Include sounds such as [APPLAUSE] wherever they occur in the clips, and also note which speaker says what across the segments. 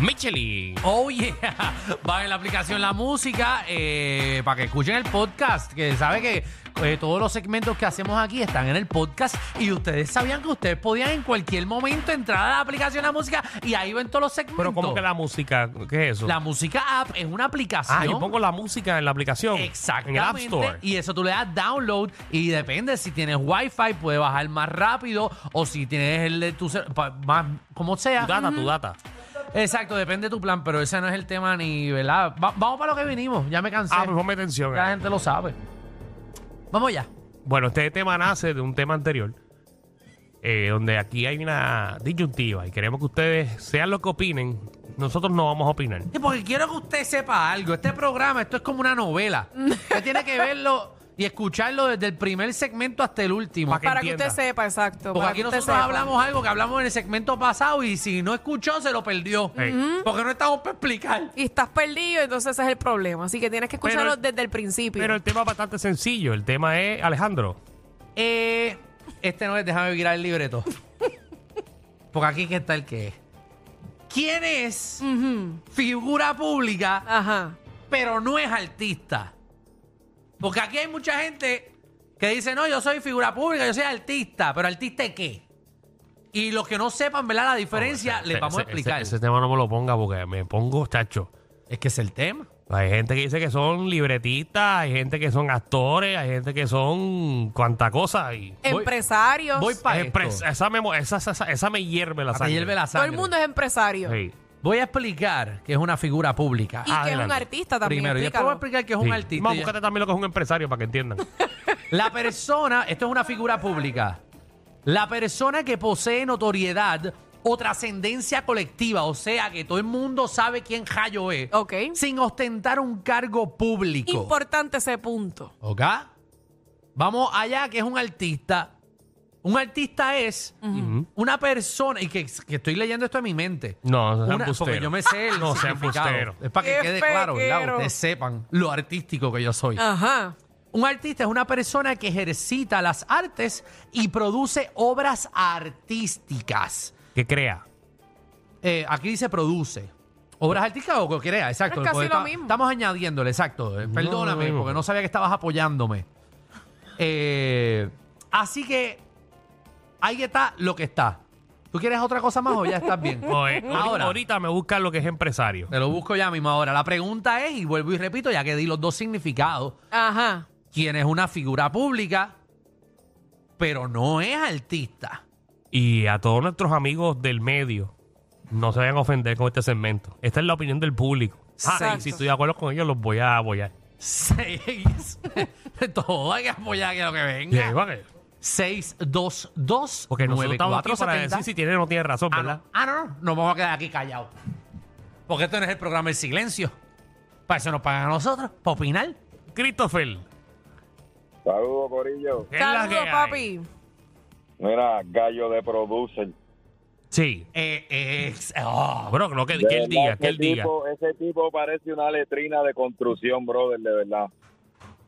Speaker 1: Micheli.
Speaker 2: Oh yeah, [LAUGHS] bajen la aplicación La Música eh, para que escuchen el podcast, que sabe que eh, todos los segmentos que hacemos aquí están en el podcast y ustedes sabían que ustedes podían en cualquier momento entrar a la aplicación La Música y ahí ven todos los segmentos.
Speaker 1: Pero ¿cómo que la música? ¿Qué es eso?
Speaker 2: La Música App es una aplicación.
Speaker 1: ah, yo pongo la música en la aplicación. En
Speaker 2: Exactamente.
Speaker 1: el App Store.
Speaker 2: Y eso tú le das download y depende si tienes wifi puede bajar más rápido o si tienes el de tu cel- pa- más como sea.
Speaker 1: Tu data, tu data.
Speaker 2: Exacto, depende de tu plan, pero ese no es el tema ni, ¿verdad? Va- vamos para lo que vinimos, ya me cansé.
Speaker 1: Ah, pues ponme atención.
Speaker 2: Ya la gente lo sabe. Vamos ya.
Speaker 1: Bueno, este tema nace de un tema anterior, eh, donde aquí hay una disyuntiva y queremos que ustedes sean lo que opinen. Nosotros no vamos a opinar.
Speaker 2: Sí, porque quiero que usted sepa algo. Este programa, esto es como una novela. Usted tiene que verlo y escucharlo desde el primer segmento hasta el último.
Speaker 1: Pa' que-
Speaker 3: Para
Speaker 1: entienda.
Speaker 3: que usted sepa, exacto.
Speaker 2: Porque
Speaker 3: para
Speaker 2: aquí
Speaker 3: que usted
Speaker 2: nosotros
Speaker 3: sepa.
Speaker 2: hablamos algo que hablamos en el segmento pasado y si no escuchó, se lo perdió.
Speaker 1: Hey.
Speaker 2: Porque no estamos para explicar.
Speaker 3: Y estás perdido, entonces ese es el problema. Así que tienes que escucharlo
Speaker 1: Pero-
Speaker 3: desde el principio.
Speaker 1: Pero el tema es bastante sencillo. El tema es, Alejandro,
Speaker 2: Eh, este no es, déjame virar el libreto. Porque aquí que está el que es. ¿Quién es figura pública
Speaker 3: Ajá.
Speaker 2: pero no es artista. Porque aquí hay mucha gente que dice, no, yo soy figura pública, yo soy artista, pero artista de qué? Y los que no sepan, ¿verdad? La diferencia,
Speaker 1: Oh, Ese-
Speaker 2: les vamos a
Speaker 1: ese-
Speaker 2: explicar.
Speaker 1: Ese, ese tema no me lo ponga porque me pongo chacho.
Speaker 2: Es que es el tema.
Speaker 1: Hay gente que dice que son libretistas, hay gente que son actores, hay gente que son cuanta cosa. Y
Speaker 3: Empresarios.
Speaker 2: Voy para
Speaker 1: Esa pres- esa, me, mo- esa, esa- esa me hierve la sangre.
Speaker 2: la
Speaker 3: Todo
Speaker 2: sangre.
Speaker 3: el mundo es empresario.
Speaker 1: Sí.
Speaker 2: Voy a explicar que es una figura pública.
Speaker 3: Y que es un
Speaker 1: Adelante.
Speaker 3: artista también.
Speaker 2: Primero, y después
Speaker 3: explícalo.
Speaker 2: voy a explicar que es
Speaker 1: Sí.
Speaker 2: un artista.
Speaker 1: Vamos a buscarte también lo que es un empresario para que
Speaker 2: [LAUGHS]
Speaker 1: entiendan.
Speaker 2: La persona, esto es una figura pública, la persona que posee notoriedad o trascendencia colectiva, o sea que todo el mundo sabe quién Jayo es,
Speaker 3: Ok.
Speaker 2: sin ostentar un cargo público.
Speaker 3: Importante ese punto.
Speaker 2: ¿Ok? Vamos allá, que es un artista. Un artista es
Speaker 1: Ujú.
Speaker 2: una persona, y que, que estoy leyendo esto en mi mente.
Speaker 1: No, no sean
Speaker 2: Una-
Speaker 1: embustero.
Speaker 2: porque yo me sé el
Speaker 1: No sean
Speaker 2: significado.
Speaker 1: embustero.
Speaker 2: Es para que
Speaker 3: Qué
Speaker 2: quede claro, ¿verdad?
Speaker 3: pequero.
Speaker 2: Ustedes sepan lo artístico que yo soy.
Speaker 3: Ah. Ajá.
Speaker 2: Un artista es una persona que ejercita las artes y produce obras artísticas.
Speaker 1: Que crea.
Speaker 2: Eh, aquí dice produce. Obras artísticas o que crea, exacto.
Speaker 3: Es casi
Speaker 2: porque
Speaker 3: lo
Speaker 2: está-
Speaker 3: mismo.
Speaker 2: Estamos añadiéndole, exacto. Eh,
Speaker 1: No,
Speaker 2: Perdóname,
Speaker 1: no, no.
Speaker 2: porque no sabía que estabas apoyándome. Eh, así que ahí está lo que está. ¿Tú quieres otra cosa más o ya estás
Speaker 1: [LAUGHS]
Speaker 2: bien?
Speaker 1: No, eh, ahorita-
Speaker 2: [LAUGHS] Ahora.
Speaker 1: Ahorita me buscan lo que es empresario.
Speaker 2: Te lo busco ya mismo ahora. La pregunta es, y vuelvo y repito, ya que di los dos significados,
Speaker 3: Ajá.
Speaker 2: quien es una figura pública, pero no es artista. [LAUGHS]
Speaker 1: Y a todos nuestros amigos del medio, no se vayan a ofender con este segmento. Esta es la opinión del público. Ah, y
Speaker 3: Exacto.
Speaker 1: si estoy de acuerdo con ellos, los voy a apoyar.
Speaker 2: Seis. [LAUGHS] Todo hay que apoyar que lo que
Speaker 1: Sí,
Speaker 2: venga.
Speaker 1: porque-
Speaker 2: 622
Speaker 1: Porque nosotros estamos aquí para decir si tiene o no tiene razón,
Speaker 2: Ah,
Speaker 1: ¿verdad?
Speaker 2: no, ah, no, no, nos vamos a quedar aquí callados. Porque esto no es el programa El Silencio. Para eso nos pagan a nosotros, para opinar.
Speaker 1: Christopher.
Speaker 4: Saludos, Corillo.
Speaker 1: ¿qué es la que
Speaker 3: Saludos,
Speaker 1: hay?
Speaker 3: papi.
Speaker 4: Mira, gallo de producer.
Speaker 1: Sí.
Speaker 2: Eh, eh, ex- oh,
Speaker 1: Bro, no, que,
Speaker 4: De
Speaker 1: que él
Speaker 4: verdad,
Speaker 1: diga,
Speaker 4: ese
Speaker 1: que él diga.
Speaker 4: tipo- Ese tipo parece una letrina de construcción, brother, de verdad.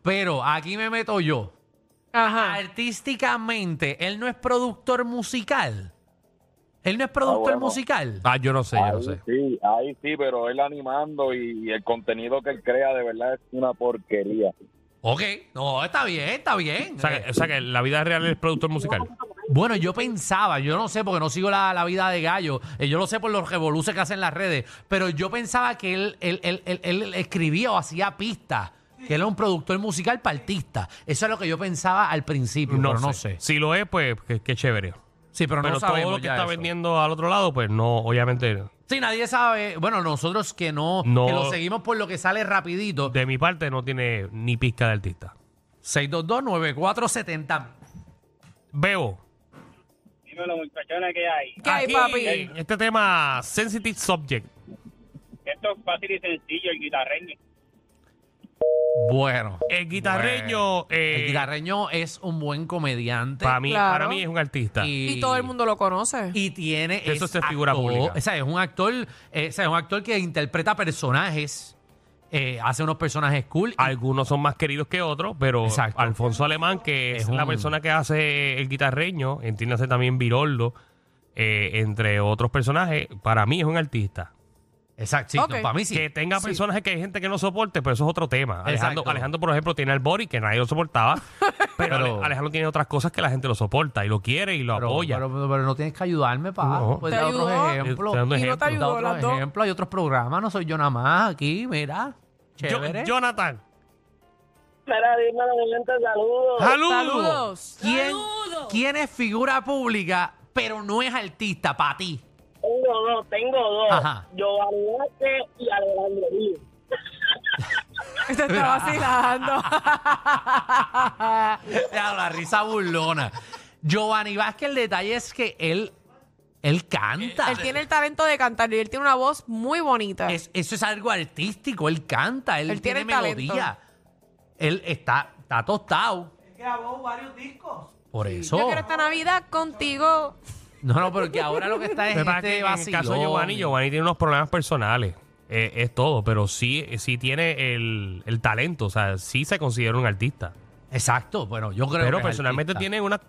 Speaker 2: pero aquí me meto yo.
Speaker 3: Ajá.
Speaker 2: Artísticamente, él no es productor musical. Él no es productor
Speaker 4: bueno.
Speaker 2: musical.
Speaker 1: Ah, yo no sé, yo no
Speaker 4: ahí
Speaker 1: sé.
Speaker 4: sí, ahí sí, pero él animando y, y el contenido que él crea, de verdad, es una porquería.
Speaker 2: Ok, no, está bien, está bien.
Speaker 1: O sea, que, o sea que la vida real es productor musical.
Speaker 2: Bueno, yo pensaba, yo no sé porque no sigo la, la vida de Gallo, eh, yo lo sé por los revoluces que hacen las redes, pero yo pensaba que él, él- él- él- él escribía o hacía pistas, que él era un productor musical para artistas. Eso es lo que yo pensaba al principio,
Speaker 1: No,
Speaker 2: pero
Speaker 1: sé.
Speaker 2: no sé.
Speaker 1: Si lo es, pues qué, qué chévere.
Speaker 2: Sí, pero,
Speaker 1: Pero
Speaker 2: no
Speaker 1: todo
Speaker 2: sabemos
Speaker 1: lo que
Speaker 2: ya
Speaker 1: está
Speaker 2: eso.
Speaker 1: vendiendo al otro lado, pues no, obviamente.
Speaker 2: Sí, nadie sabe. Bueno, nosotros que no,
Speaker 1: No.
Speaker 2: que lo seguimos por lo que sale rapidito.
Speaker 1: De mi parte no tiene ni pizca de artista.
Speaker 2: 622-9470.
Speaker 1: Bebo.
Speaker 5: Dímelo, muchachones, que hay?
Speaker 3: ¿Qué hay,
Speaker 1: Aquí,
Speaker 3: papi?
Speaker 1: Este tema, sensitive subject.
Speaker 5: Esto es fácil y sencillo, el guitarreño.
Speaker 2: Bueno.
Speaker 1: El guitarreño,
Speaker 2: Bueno.
Speaker 1: eh,
Speaker 2: el guitarreño es un buen comediante.
Speaker 1: para, mí,
Speaker 3: Claro.
Speaker 1: para mí es un artista.
Speaker 3: Y todo el mundo lo conoce.
Speaker 2: Y tiene.
Speaker 1: Eso
Speaker 2: es
Speaker 1: es de figura
Speaker 2: actor,
Speaker 1: pública.
Speaker 2: o sea, es un actor. eh, o sea, es un actor que interpreta personajes. eh, hace unos personajes cool. y-
Speaker 1: Algunos son más queridos que otros, pero
Speaker 2: Exacto.
Speaker 1: Alfonso Alemán, que es,
Speaker 2: Es
Speaker 1: la
Speaker 2: un-
Speaker 1: persona que hace el guitarreño, entiéndase también Viroldo, eh, entre otros personajes, para mí es un artista.
Speaker 2: exacto. sí,
Speaker 3: Ok.
Speaker 2: no, para mí sí.
Speaker 1: que tenga
Speaker 2: Sí.
Speaker 1: personajes que hay gente que no soporte, pero eso es otro tema. Alejandro,
Speaker 2: Exacto.
Speaker 1: Alejandro, por ejemplo, tiene al Bori, que nadie lo
Speaker 2: [LAUGHS]
Speaker 1: soportaba, pero, Ale-
Speaker 2: Pero-
Speaker 1: Alejandro tiene otras cosas que la gente lo soporta y lo quiere y lo
Speaker 2: Pero,
Speaker 1: apoya.
Speaker 2: pero- pero- pero no tienes que ayudarme para
Speaker 1: No.
Speaker 2: pues,
Speaker 3: Te
Speaker 2: dar otros
Speaker 3: ayudó.
Speaker 2: ejemplos.
Speaker 1: Estoy dando
Speaker 3: Y no te
Speaker 1: ejemplos.
Speaker 3: ayudó
Speaker 2: Da
Speaker 3: las
Speaker 2: otros
Speaker 3: dos.
Speaker 2: ejemplos. Hay otros programas, no soy yo nada más aquí, mira.
Speaker 1: Yo-
Speaker 2: Chévere.
Speaker 1: Jonathan,
Speaker 5: Mira, dímelo, gente,
Speaker 2: Oh,
Speaker 5: saludos.
Speaker 1: Ah. saludos.
Speaker 3: Saludos.
Speaker 2: ¿Quién, quién es figura pública pero no es artista para ti?
Speaker 5: Tengo dos, tengo dos.
Speaker 2: Ajá.
Speaker 5: Giovanni Vázquez y Alejandro Díaz.
Speaker 3: Te Este está
Speaker 1: [LAUGHS]
Speaker 3: vacilando.
Speaker 2: Ya, la risa burlona. Giovanni Vázquez, el detalle es que él, él canta.
Speaker 3: él tiene el talento de cantar y él tiene una voz muy bonita.
Speaker 2: Es- eso es algo artístico. Él canta, él,
Speaker 3: Él tiene
Speaker 2: tiene,
Speaker 3: talento.
Speaker 2: melodía. Él está, está tostado. Él grabó varios discos.
Speaker 3: Yo
Speaker 2: Por
Speaker 3: quiero
Speaker 2: eso.
Speaker 3: esta Navidad contigo.
Speaker 2: No, no, pero que ahora lo que está es
Speaker 1: [LAUGHS] Lo que pasa es
Speaker 2: este
Speaker 1: que en el caso de
Speaker 2: vacilón.
Speaker 1: Giovanni, Giovanni tiene unos problemas personales. eh, es todo, pero sí, sí tiene el, el talento, o sea, sí se considera un artista.
Speaker 2: Exacto, bueno, yo creo
Speaker 1: Pero
Speaker 2: que es
Speaker 1: personalmente
Speaker 2: artista.
Speaker 1: tiene una-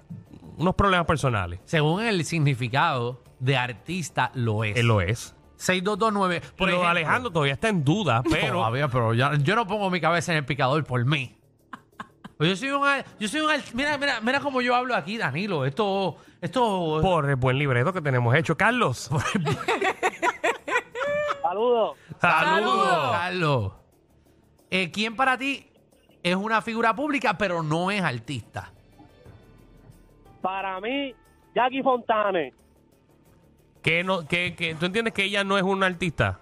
Speaker 1: unos problemas personales.
Speaker 2: Según el significado de artista, lo es.
Speaker 1: Él lo es.
Speaker 2: 6229.
Speaker 1: Pero
Speaker 2: Por ejemplo,
Speaker 1: Alejandro todavía está en duda,
Speaker 2: [LAUGHS]
Speaker 1: pero
Speaker 2: Todavía, pero ya- yo no pongo mi cabeza en el picador por mí. Pues Yo soy un, al- yo soy un al- mira, mira, mira cómo yo hablo aquí, Danilo. Esto, esto.
Speaker 1: por el buen libreto que tenemos hecho. Carlos, [LAUGHS]
Speaker 5: Saludos.
Speaker 1: saludos.
Speaker 2: Carlos. Eh, ¿Quién para ti es una figura pública pero no es artista?
Speaker 5: Para mí, Jackie Fontane.
Speaker 1: ¿Qué no, qué- qué- ¿Tú entiendes que ella no es una artista?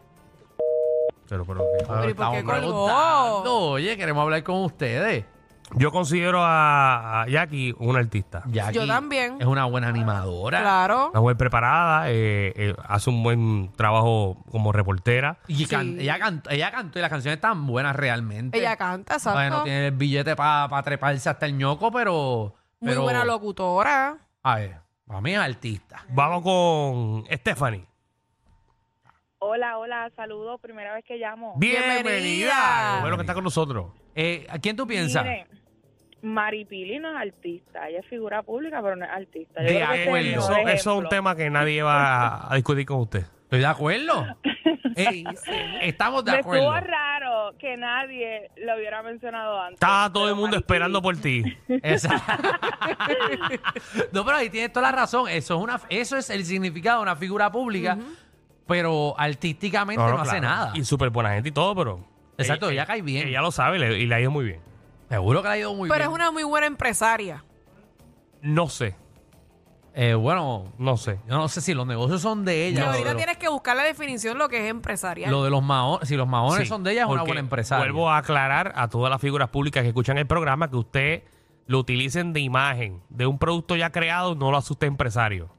Speaker 1: Pero, pero, ¿qué?
Speaker 3: ¿y por qué
Speaker 2: Estamos
Speaker 3: colgó?
Speaker 2: preguntando. Oye, queremos hablar con ustedes.
Speaker 1: Yo considero a, a Jackie una artista.
Speaker 2: Jackie
Speaker 3: Yo también.
Speaker 2: Es una buena animadora.
Speaker 3: Claro.
Speaker 1: Una mujer preparada, eh, eh, hace un buen trabajo como reportera.
Speaker 2: Y can- ella, cantó, ella cantó y las canciones están buenas realmente.
Speaker 3: Ella canta, exacto.
Speaker 2: Bueno, no tiene el billete para treparse hasta el ñoco, pero.
Speaker 3: Muy
Speaker 2: pero-
Speaker 3: buena locutora.
Speaker 2: A ver, para mí es artista.
Speaker 1: Vamos con Stephanie.
Speaker 6: Hola, hola, saludos, primera vez que llamo.
Speaker 1: Bienvenida.
Speaker 3: Bienvenida.
Speaker 1: Bueno, que está con nosotros.
Speaker 2: Eh, ¿A quién tú piensas?
Speaker 6: Miren, Maripili no es artista, ella es figura pública, pero no es artista. Yo
Speaker 2: De
Speaker 6: creo que ese
Speaker 2: acuerdo.
Speaker 6: el
Speaker 1: Eso,
Speaker 6: mejor
Speaker 1: eso es un
Speaker 6: ejemplo.
Speaker 1: tema que nadie va a discutir con usted.
Speaker 2: Estoy de acuerdo. Eh, Estamos de
Speaker 6: Me
Speaker 2: acuerdo.
Speaker 6: estuvo raro que nadie lo hubiera mencionado antes.
Speaker 1: Estaba todo
Speaker 6: pero
Speaker 1: el mundo
Speaker 6: Maripili-
Speaker 1: esperando por ti.
Speaker 2: Exacto. no, pero ahí tienes toda la razón. Eso es, una, eso es el significado de una figura pública, pero artísticamente no, hace
Speaker 1: claro.
Speaker 2: nada.
Speaker 1: Y súper buena gente y todo, pero.
Speaker 2: Exacto, ella cae bien.
Speaker 1: Ella lo sabe le- y le ha ido muy bien.
Speaker 2: Seguro que le ha ido muy
Speaker 3: pero
Speaker 2: bien.
Speaker 3: es una muy buena empresaria.
Speaker 1: No sé,
Speaker 2: Eh, bueno,
Speaker 1: no sé.
Speaker 2: yo no sé si los negocios son de
Speaker 3: Y
Speaker 2: ella.
Speaker 3: ahorita
Speaker 2: pero-
Speaker 3: tienes que buscar la definición lo que es empresaria.
Speaker 2: Lo de los maones, si los maones
Speaker 1: Sí,
Speaker 2: son de ella, es una
Speaker 1: porque
Speaker 2: buena empresaria.
Speaker 1: Vuelvo a aclarar a todas las figuras públicas que escuchan el programa que usted lo utilicen de imagen de un producto ya creado, no lo asuste empresario.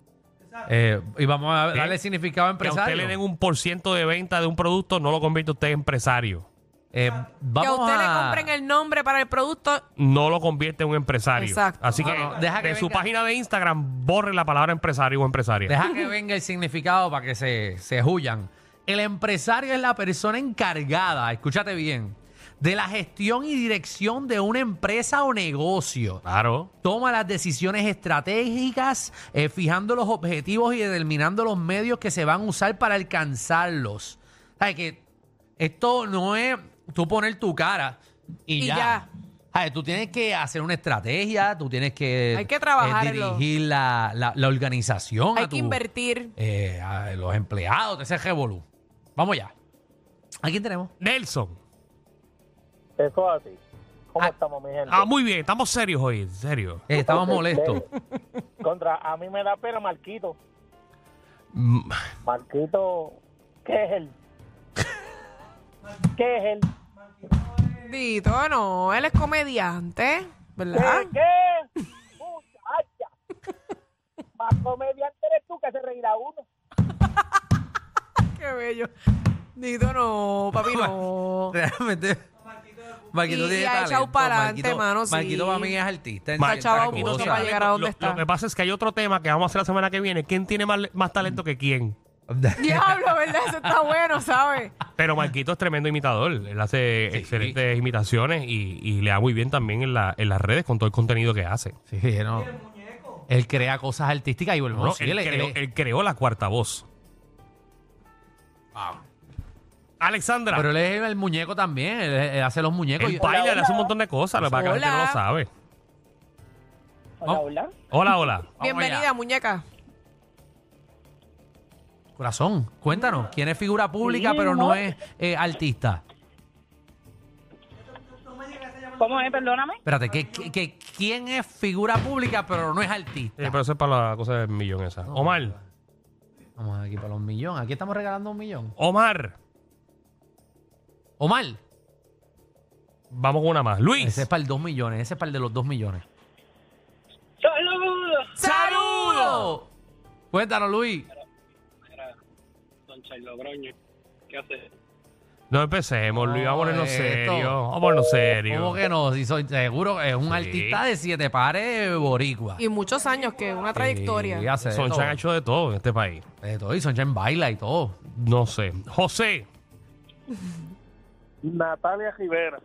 Speaker 2: Eh, y vamos a darle
Speaker 1: ¿Eh?
Speaker 2: significado a
Speaker 1: Que a
Speaker 2: empresario.
Speaker 1: usted le den un por ciento de venta de un producto, no lo convierte usted en empresario.
Speaker 2: Eh,
Speaker 3: que a
Speaker 2: vamos
Speaker 3: usted
Speaker 2: a-
Speaker 3: le compren el nombre para el producto.
Speaker 1: No lo convierte en un empresario.
Speaker 3: Exacto.
Speaker 1: Así que,
Speaker 2: No, no, deja que
Speaker 1: de su
Speaker 2: venga.
Speaker 1: página de Instagram, borre la palabra empresario o empresaria.
Speaker 2: Deja que venga el significado para que se, se huyan. El empresario es la persona encargada, escúchate bien, de la gestión y dirección de una empresa o negocio.
Speaker 1: Claro.
Speaker 2: Toma las decisiones estratégicas, eh, fijando los objetivos y determinando los medios que se van a usar para alcanzarlos. ¿Sabes que esto no es tú poner tu cara y,
Speaker 3: Y
Speaker 2: ya.
Speaker 3: ya.
Speaker 2: ¿Sabes? Tú tienes que hacer una estrategia, tú tienes que, eh,
Speaker 3: Hay que trabajar en lo-
Speaker 2: dirigir la, la- la organización.
Speaker 3: Hay
Speaker 2: a tu-
Speaker 3: que invertir.
Speaker 2: eh, a los empleados, ese revolú. Vamos ya. ¿A quién tenemos?
Speaker 1: Nelson.
Speaker 5: Eso así. ¿Cómo
Speaker 2: Ah.
Speaker 5: estamos, mi gente?
Speaker 1: Ah, muy bien. Estamos serios hoy, en serio.
Speaker 2: Eh, estamos molestos. [LAUGHS]
Speaker 5: Contra, a mí me da pena Marquito.
Speaker 1: Mm,
Speaker 5: Marquito, ¿qué es él? ¿Qué es él?
Speaker 3: Dito, no, él es Ah.
Speaker 5: Eh.
Speaker 3: comediante, ¿verdad?
Speaker 5: ¿Qué? Muchacha. más comediante eres tú que se reirá uno.
Speaker 3: [LAUGHS] Qué bello. Dito no, papi
Speaker 2: [LAUGHS]
Speaker 3: no.
Speaker 7: Realmente. Marquito
Speaker 3: Y-
Speaker 7: tiene
Speaker 3: y ha echado
Speaker 7: talento.
Speaker 3: para
Speaker 7: Marquito-
Speaker 3: adelante, mano, sí.
Speaker 7: Marquito para mí es artista. en
Speaker 1: Mar-
Speaker 7: ciertas
Speaker 3: Chavo,
Speaker 7: cosas.
Speaker 3: mucho para llegar a donde
Speaker 1: Lo-
Speaker 3: está.
Speaker 1: Lo que pasa es que hay otro tema que vamos a hacer la semana que viene. ¿Quién tiene más, más talento que quién?
Speaker 3: Diablo, ¿verdad? Eso está bueno, ¿sabes?
Speaker 1: Pero Marquito es tremendo imitador. Él hace
Speaker 2: Sí.
Speaker 1: excelentes imitaciones y, y le da muy bien también en, la- en las redes con todo el contenido que hace.
Speaker 2: [LAUGHS] Sí, no. Él crea cosas artísticas y
Speaker 1: No,
Speaker 2: volvemos. sí,
Speaker 1: él,
Speaker 2: él-
Speaker 1: creó,
Speaker 2: él-
Speaker 1: él creó la cuarta voz. Ah. Alexandra,
Speaker 2: pero él es el, el muñeco también. Él, él hace los muñecos.
Speaker 1: él
Speaker 2: Yo-
Speaker 1: baila, le hace un montón de cosas. Lo que pasa es que la gente no
Speaker 3: Hola.
Speaker 1: lo sabe.
Speaker 5: Hola,
Speaker 2: Oh.
Speaker 5: hola.
Speaker 1: Hola, [LAUGHS] hola.
Speaker 2: Vamos
Speaker 3: Bienvenida,
Speaker 2: allá.
Speaker 3: muñeca.
Speaker 2: Corazón, cuéntanos. ¿Quién es figura pública pero no es eh, artista?
Speaker 6: ¿Cómo es? Perdóname.
Speaker 2: Espérate, ¿qué, qué- qué- quién es figura pública pero no es artista?
Speaker 1: Eh, pero eso es para la cosa del millón esa. Omar,
Speaker 2: Vamos aquí para los millones. Aquí estamos regalando un millón.
Speaker 1: Omar,
Speaker 2: Omar,
Speaker 1: vamos con una más. Luis,
Speaker 2: ese es para el 2 millones. Ese es para el de los 2 millones.
Speaker 6: Saludos.
Speaker 2: ¡Saludos! Cuéntanos, Luis.
Speaker 5: Don Charlo Broño. ¿Qué haces?
Speaker 1: no empecemos, Luis, vamos a ponernos
Speaker 2: Esto.
Speaker 1: serio. Vamos a ponernos serio.
Speaker 2: ¿Cómo que no? Si soy seguro, es un
Speaker 1: Sí.
Speaker 2: artista de siete pares boricua.
Speaker 3: Y muchos años que una
Speaker 2: Y
Speaker 3: trayectoria.
Speaker 2: hace de
Speaker 1: Soncha
Speaker 2: todo.
Speaker 1: ha hecho de todo en este país.
Speaker 2: De todo, y Sonchan baila y todo.
Speaker 1: No sé. José,
Speaker 5: Natalia Rivera.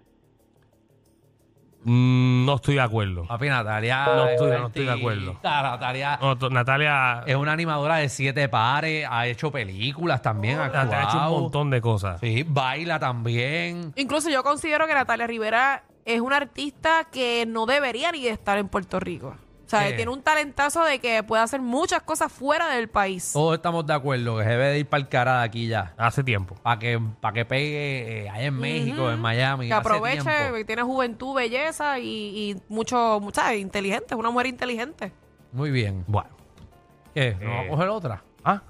Speaker 1: mm, no estoy de acuerdo.
Speaker 2: Papi, Natalia.
Speaker 1: No
Speaker 2: es
Speaker 1: estoy-
Speaker 2: una
Speaker 1: no estoy de acuerdo.
Speaker 2: artista, Natalia
Speaker 1: No, to- Natalia,
Speaker 2: es una animadora de siete pares, ha hecho películas también, ha
Speaker 1: Natalia ha hecho
Speaker 2: actuado.
Speaker 1: un montón de cosas.
Speaker 2: Sí, baila también.
Speaker 3: Incluso yo considero que Natalia Rivera es una artista que no debería ni de estar en Puerto Rico. O sea,
Speaker 2: Sí.
Speaker 3: tiene un talentazo de que puede hacer muchas cosas fuera del país.
Speaker 2: Todos estamos de acuerdo que se debe de ir para el cara de aquí ya.
Speaker 1: Hace tiempo.
Speaker 2: Para que, pa' que pegue eh, allá en México, en Miami.
Speaker 3: que
Speaker 2: hace
Speaker 3: aproveche,
Speaker 2: tiempo.
Speaker 3: que tiene juventud, belleza y, y mucho, mucha inteligente, es una mujer inteligente.
Speaker 2: Muy bien.
Speaker 1: Bueno.
Speaker 2: ¿Qué? ¿No va a
Speaker 1: Eh.
Speaker 2: coger otra?
Speaker 1: Ah,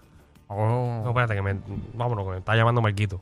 Speaker 2: Oh.
Speaker 1: no, espérate, que me. Vámonos, que me está llamando Marquito.